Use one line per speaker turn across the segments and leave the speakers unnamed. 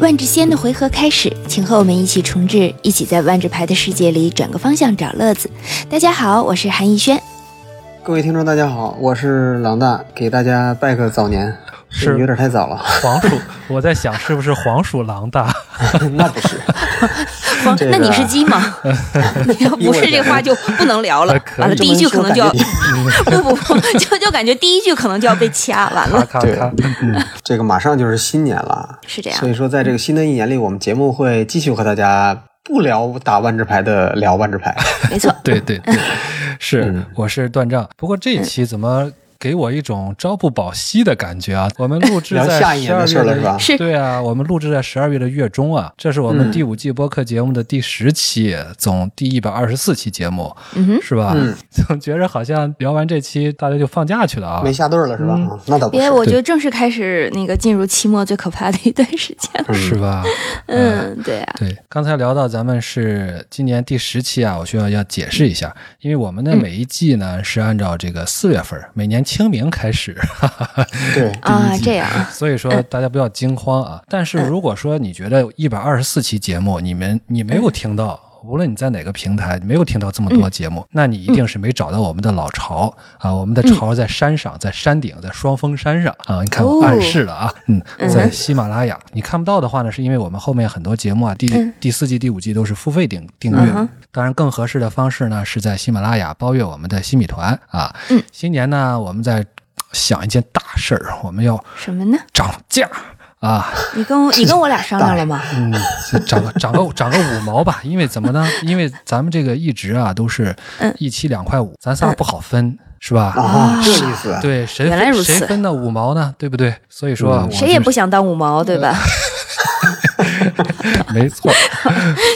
万智仙的回合开始，请和我们一起重置，一起在万智牌的世界里转个方向找乐子。大家好，我是韩逸轩。
各位听众，大家好，我是狼大，给大家拜个早年，
是
有点太早 了，
黄鼠，我在想是不是黄鼠 狼大？
那不是，
黄，
这个
那你是鸡吗？你要不是这话就不能聊了
哎，可以
完了第一句可能就要
这么
不不不，就就感觉第一句可能就要被掐，完
咔
了
咔
对
咔！，
嗯，这个马上就是新年了，
是这样
所。以说在这个新的一年里，我们节目会继续和大家不聊打万智牌的聊万智牌，
没错，
对对对，是
嗯，
我是断账。不过这一期怎么给我一种朝不保夕的感觉啊？我们录制
聊
在
哎下一
十
年
二
的事
月
儿了是吧？
是
对啊，我们录制在十二月的月中啊，这是我
嗯
们第五季播客节目的第十期，总第一百二十四期节目，
嗯哼，
是吧？
嗯，
总觉着好像聊完这期大家就放假去了啊。
没下对儿了是吧？
嗯
啊那倒不
别，
是，
我就正式开始那个进入期末最可怕的一段时间了。
是吧？
嗯，对啊，
对，刚才聊到咱们是今年第十期啊，我需要要解释一下，因为我们的每一季呢、是按照这个四月份，每年清明开始，哈哈哈，
对，
啊，这样 啊，
所以说大家不要惊慌 啊。但是如果说你觉得一百二十四期节目你们你没有听到。无论你在哪个平台，你没有听到这么多节目，
嗯
那你一定是没找到我们的老巢啊！我们的巢在山上，在山顶，在双峰山上啊！你看我
哦
暗示了啊，嗯，
嗯
在喜马拉雅。你看不到的话呢，是因为我们后面很多节目啊，第
嗯
第四季、第五季都是付费订订
嗯哼
阅。当然，更合适的方式呢，是在喜马拉雅包月我们的新米团啊
嗯。
新年呢，我们在想一件大事儿，我们要
什么呢？
涨价啊，
你跟我你跟我俩商量了吗？
嗯， 涨个涨个涨个五毛吧，因为怎么呢？ 因为咱们这个一直啊都是
嗯
一期两块五，咱仨不好分，是吧？
啊，这意思，
对，谁
原来
分
如此
谁分的五毛呢？对不对？所以说啊
嗯
我
谁也
就
不想当五毛，对吧？
没错，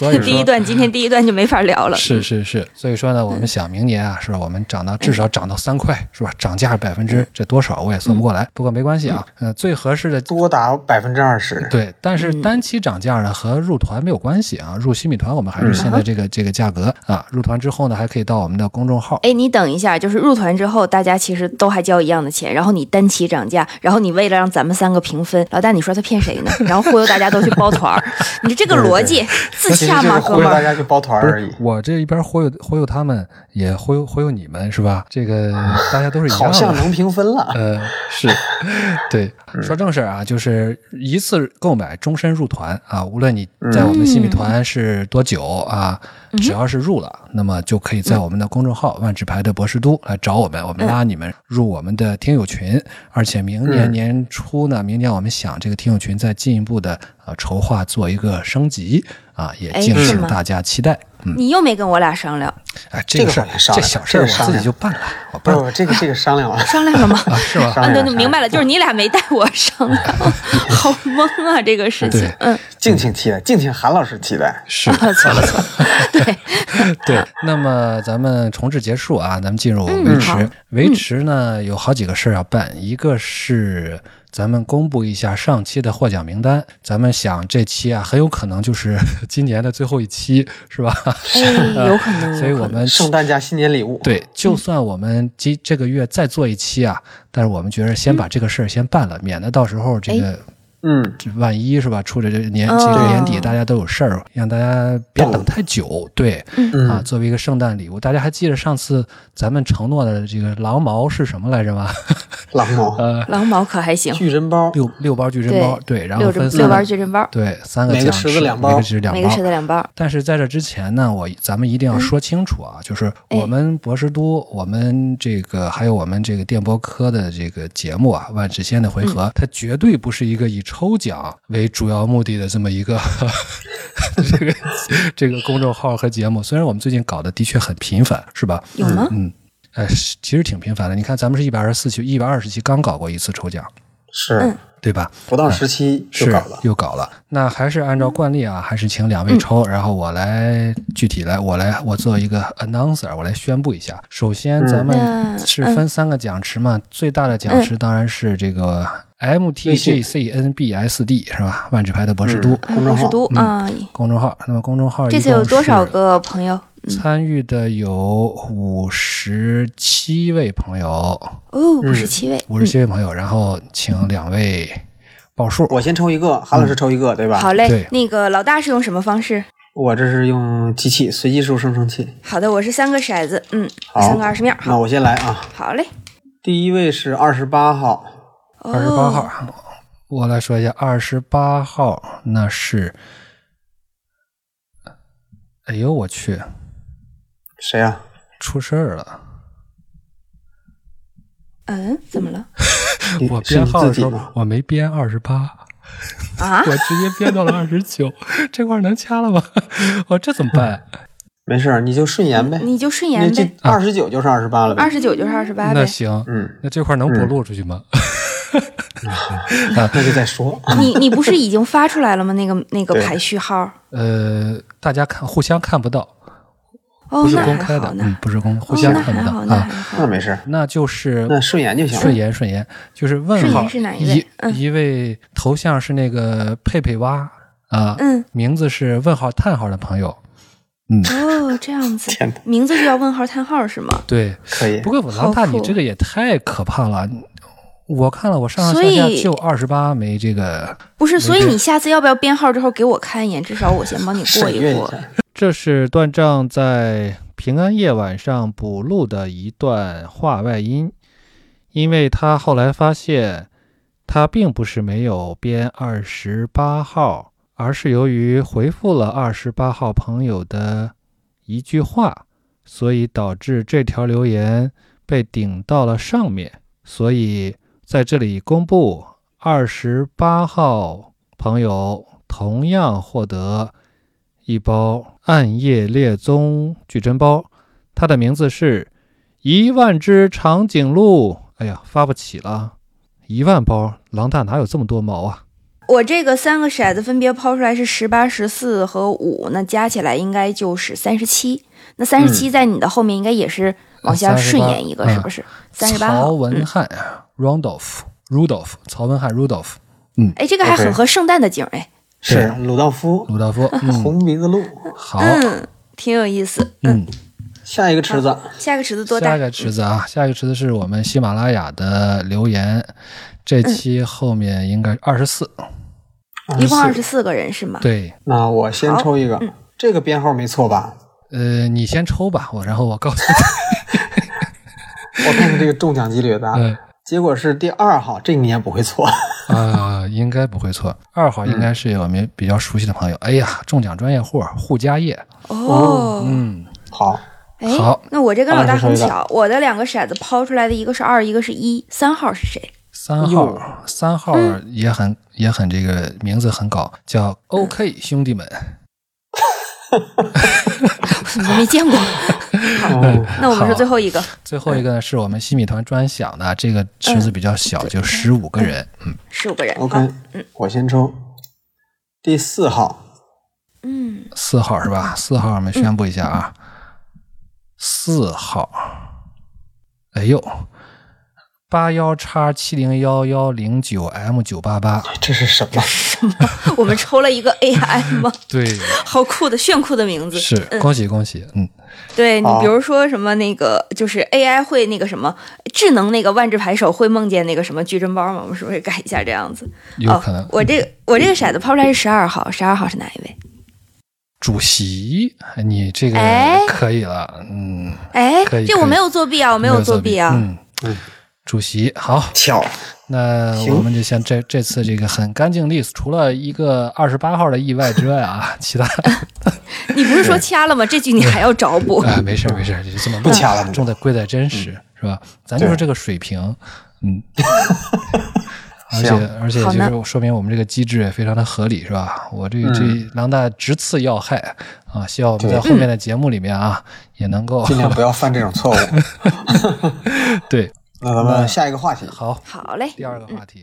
所以说
第一段今天第一段就没法聊了。嗯
是是是，所以说呢，我们想明年啊，是吧？我们涨到至少涨到三块，是吧？涨价百分
嗯
之这多少我也算不过来，不过没关系啊。呃，最合适的
多达百分之二十，
对，但是
嗯
单期涨价呢和入团没有关系啊，入新米团我们还
嗯
是现在这个、这个价格啊。入团之后呢，还可以到我们的公众号。
哎，你等一下，就是入团之后，大家其实都还交一样的钱，然后你单期涨价，然后你为了让咱们三个平分，老大你说他骗谁呢？然后忽悠大家都去包团儿，你这个逻辑自
其实
洽
就是
吗，哥
忽悠
们
大
儿？
家去包团
不
而
是
已，
我这一边忽悠忽悠他们，也忽悠忽悠你们是吧？这个 大家都是一样啊的。
好 像能平分了，
呃，是，对，说正事儿啊，就是一次购买，终身入团啊。无论你在我们
嗯
新米团是多久啊，只要是入了，那么就可以
嗯
在我们的公众号“万智牌的博士都”来找我们，我们拉你们入我们的听友群。而且明年
嗯
年初呢，明年我们想这个听友群再进一步的呃筹划做一个升级啊，也
哎
敬
是
请
吗
大家期待。嗯，
你又没跟我俩商量，
哎，这个
这
事
个
儿
好像商，量了这
这小事儿
个
我
商
自己
量
就办了，我
不
嗯
办
是
了
不是，这个这个商量了，
商量了吗？
啊，是吧？
商
啊，
量
对，
了
明白了，就是你俩没带我商量，好懵啊，这个事情
对。
嗯，
敬请期待，敬请韩老师期待，
是。
啊 错了错了，对，
对，那么咱们重置结束啊，咱们进入
嗯
维持。
好
维持呢有好几个事儿要办，一个是咱们公布一下上期的获奖名单。咱们想这期啊，很有可能就是 今年的最后一期，是吧？
哎，有可能，
所以
有可
我
能
们
圣诞加新年礼物，，
嗯
对，就算我们今这个月再做一期啊，但是我们觉得先把这个事儿先办了，免得到时候
哎
这个
嗯，
万一是吧，出着这年
哦
这个年底大家都有事儿，让大家别等太久。对，
嗯
啊，作为一个圣诞礼物，大家还记得上次咱们承诺的这个狼毛是什么来着吗？
狼毛
呃，
狼毛可还行，
巨人包，
六六包矩阵包，对，然后
六只
分
六
三
包
个，
矩阵包，
对，三个
每个
奖
池子
池
两
每
包
个是两
每个
包
吃。的两包。
但是在这之前呢，我咱们一定要说清楚啊，就是我们博士都，我们这个还有我们这个电波科的这个节目啊，万智仙的回合，它绝对不是一个以抽奖为主要目的的这么一个 这个这个公众号和节目。虽然我们最近搞的的确很频繁，是吧？
有吗？
嗯。呃，是其实挺频繁的。你看，咱们是一百二十四期、一百二十期刚搞过一次抽奖，
是
对吧？
不到十七嗯就是搞了，嗯
又搞了。那还是按照惯例啊，还是请两位抽，然后我来具体来，我来我做一个 announcer，我来宣布一下。首先，
嗯
咱们
那嗯
是分三个奖池嘛，最大的奖池当然是这个
微信
MTGCNBSD 是吧？万智牌的博士都
嗯公众
是
号
都啊，
公众号。那么公众号
这次
一共
有多少
是
个嗯朋友？
参与的有五十七位朋友，
哦，五十七位，
五十七位朋友，然后请两位报数。
我先抽一个，韩老师抽一个，对吧？
好
对
嘞，那个老大是用什么方式？
我这是用机器随机数生成器。
好的，我是三个骰子，嗯，
好
三个二十面，
那
好，
我先来
嗯
啊，
好嘞。
第一位是二十八号，
哦
二十八号，，我来说一下，二十八号那是，哎呦我去，
谁 啊？
出事儿了！
嗯，怎么了？
你
我
是
编
你
号的
自己
时
吗
候我没编二十八，
啊？
我直接编到了二十九，这块儿能掐了吗？我这怎么办？
嗯
没事儿，你就顺延呗。
你就顺
那
延
这
呗，
二十九就是二十八了呗。
二十九就是二十八
那
呗。
行，
嗯，
那这块儿能不录出去吗？ 啊
那就再说。
你你不是已经发出来了吗？那个那个
对
排序号。
呃，大家看互相看不到，
哦
不，是
那
公
还
开
好
的，
呢，
嗯，不是公，互
哦
相
那
看
还
不到
好，那
啊。
还好
那没事儿，
那就是
那顺延就行
顺
了。
延顺延，就是问
顺
号
延是哪一
一
位嗯
一位头像是那个佩佩蛙啊，
嗯，
名字是问号叹号的朋友，嗯，
哦，这样子
天哪，
名字就要问号叹号是吗？
对。
可以
不。过老大，
好酷
你这个也太可怕了。我看了，我上上
所
下
以
下就二十八枚这个，
不是，所以
对
你下次要不要编号之后给我看一眼？至少我先帮你过
审阅一
过。
下，
这是段丈在平安夜晚上补录的一段话外音，因为他后来发现，他并不是没有编二十八号，而是由于回复了二十八号朋友的一句话，所以导致这条留言被顶到了上面。所以在这里公布，二十八号朋友同样获得一包暗夜猎踪矩阵包，它的名字是一万只长颈鹿。哎呀，发不起了，一万包，狼大哪有这么多毛啊？
我这个三个骰子分别抛出来是十八、十四和五，那加起来应该就是三十七。那三十七在你的后面应该也是往下
38
顺延一个，
嗯
是不是？三十八
曹
号。
文
嗯
翰 Rudolph Rudolph 曹文翰 Rudolph
哎，这个还
OK
很合圣诞的景儿哎，
是鲁道夫
鲁道夫，嗯，
红鼻子鹿。
好，
嗯，挺有意思。
嗯，
下一个池子，
下个池子多
下
大
一？个池子啊，下一个池子是我们喜马拉雅的留言，这
嗯
期后面应该二十四，
一共二
24
十四个人是吗？
对，
那我先抽一个，这个编号没错吧？
呃，你先抽吧，我然后我告诉
我看看这个中奖几率有多大。
你，呃
结果是第二号，这个你也不会错。
啊，应该不会错，二号应该是我们比较熟悉的朋友，哎呀，中奖专业户护家业，
哦，
嗯，
好，
哎
好，
那我这跟
好
老大
老师
很
说一个
巧，我的两个骰子抛出来的一个是二，一个是一，三号是谁？
三号，三号也很也很这个名字很搞，叫 OK 兄弟们，
怎么没见过？
嗯，
那我们
好
是最后一个，
最后一个呢是我们新米团专享的，这个池子比较小，就十五个人，
十五个人。
OK，、
好
我先抽第四号，
嗯，
四号是吧？四号我们宣布一下啊，四号，哎呦，八幺叉七零幺幺零九 M 九八八，
这是什么？
我们抽了一个 AI 吗？
对，
好酷的炫酷的名字。
是恭喜恭喜，嗯，
对你
好，
比如说什么那个，就是 AI 会那个什么智能那个万智牌手会梦见那个什么矩阵包吗？我们是不是改一下这样子？
有可能
哦、我这个我这个骰子抛出来是十二号，十二号是哪一位？
主席，你这个
哎
可以了，嗯，
哎
可以，
这我没有作弊啊，我没有作弊啊。
嗯
嗯。
主席，好，
巧，
那
行
我们就像这这次这个很干净利索，除了一个二十八号的意外之外啊，其他
你不是说掐了吗？这句你还要找补。
啊，没事儿没事儿，就这么
不掐了不掐了
重在贵在真实，是吧？咱就是这个水平，嗯。而且
行
而且
好
就
呢
是说明我们这个机制也非常的合理，是吧？我这
嗯
这狼大直刺要害啊，希望我们在后面的节目里面啊也能够
尽量不要犯这种错误。
对
那咱们下一个话题。
好。
好嘞，
第二个话题，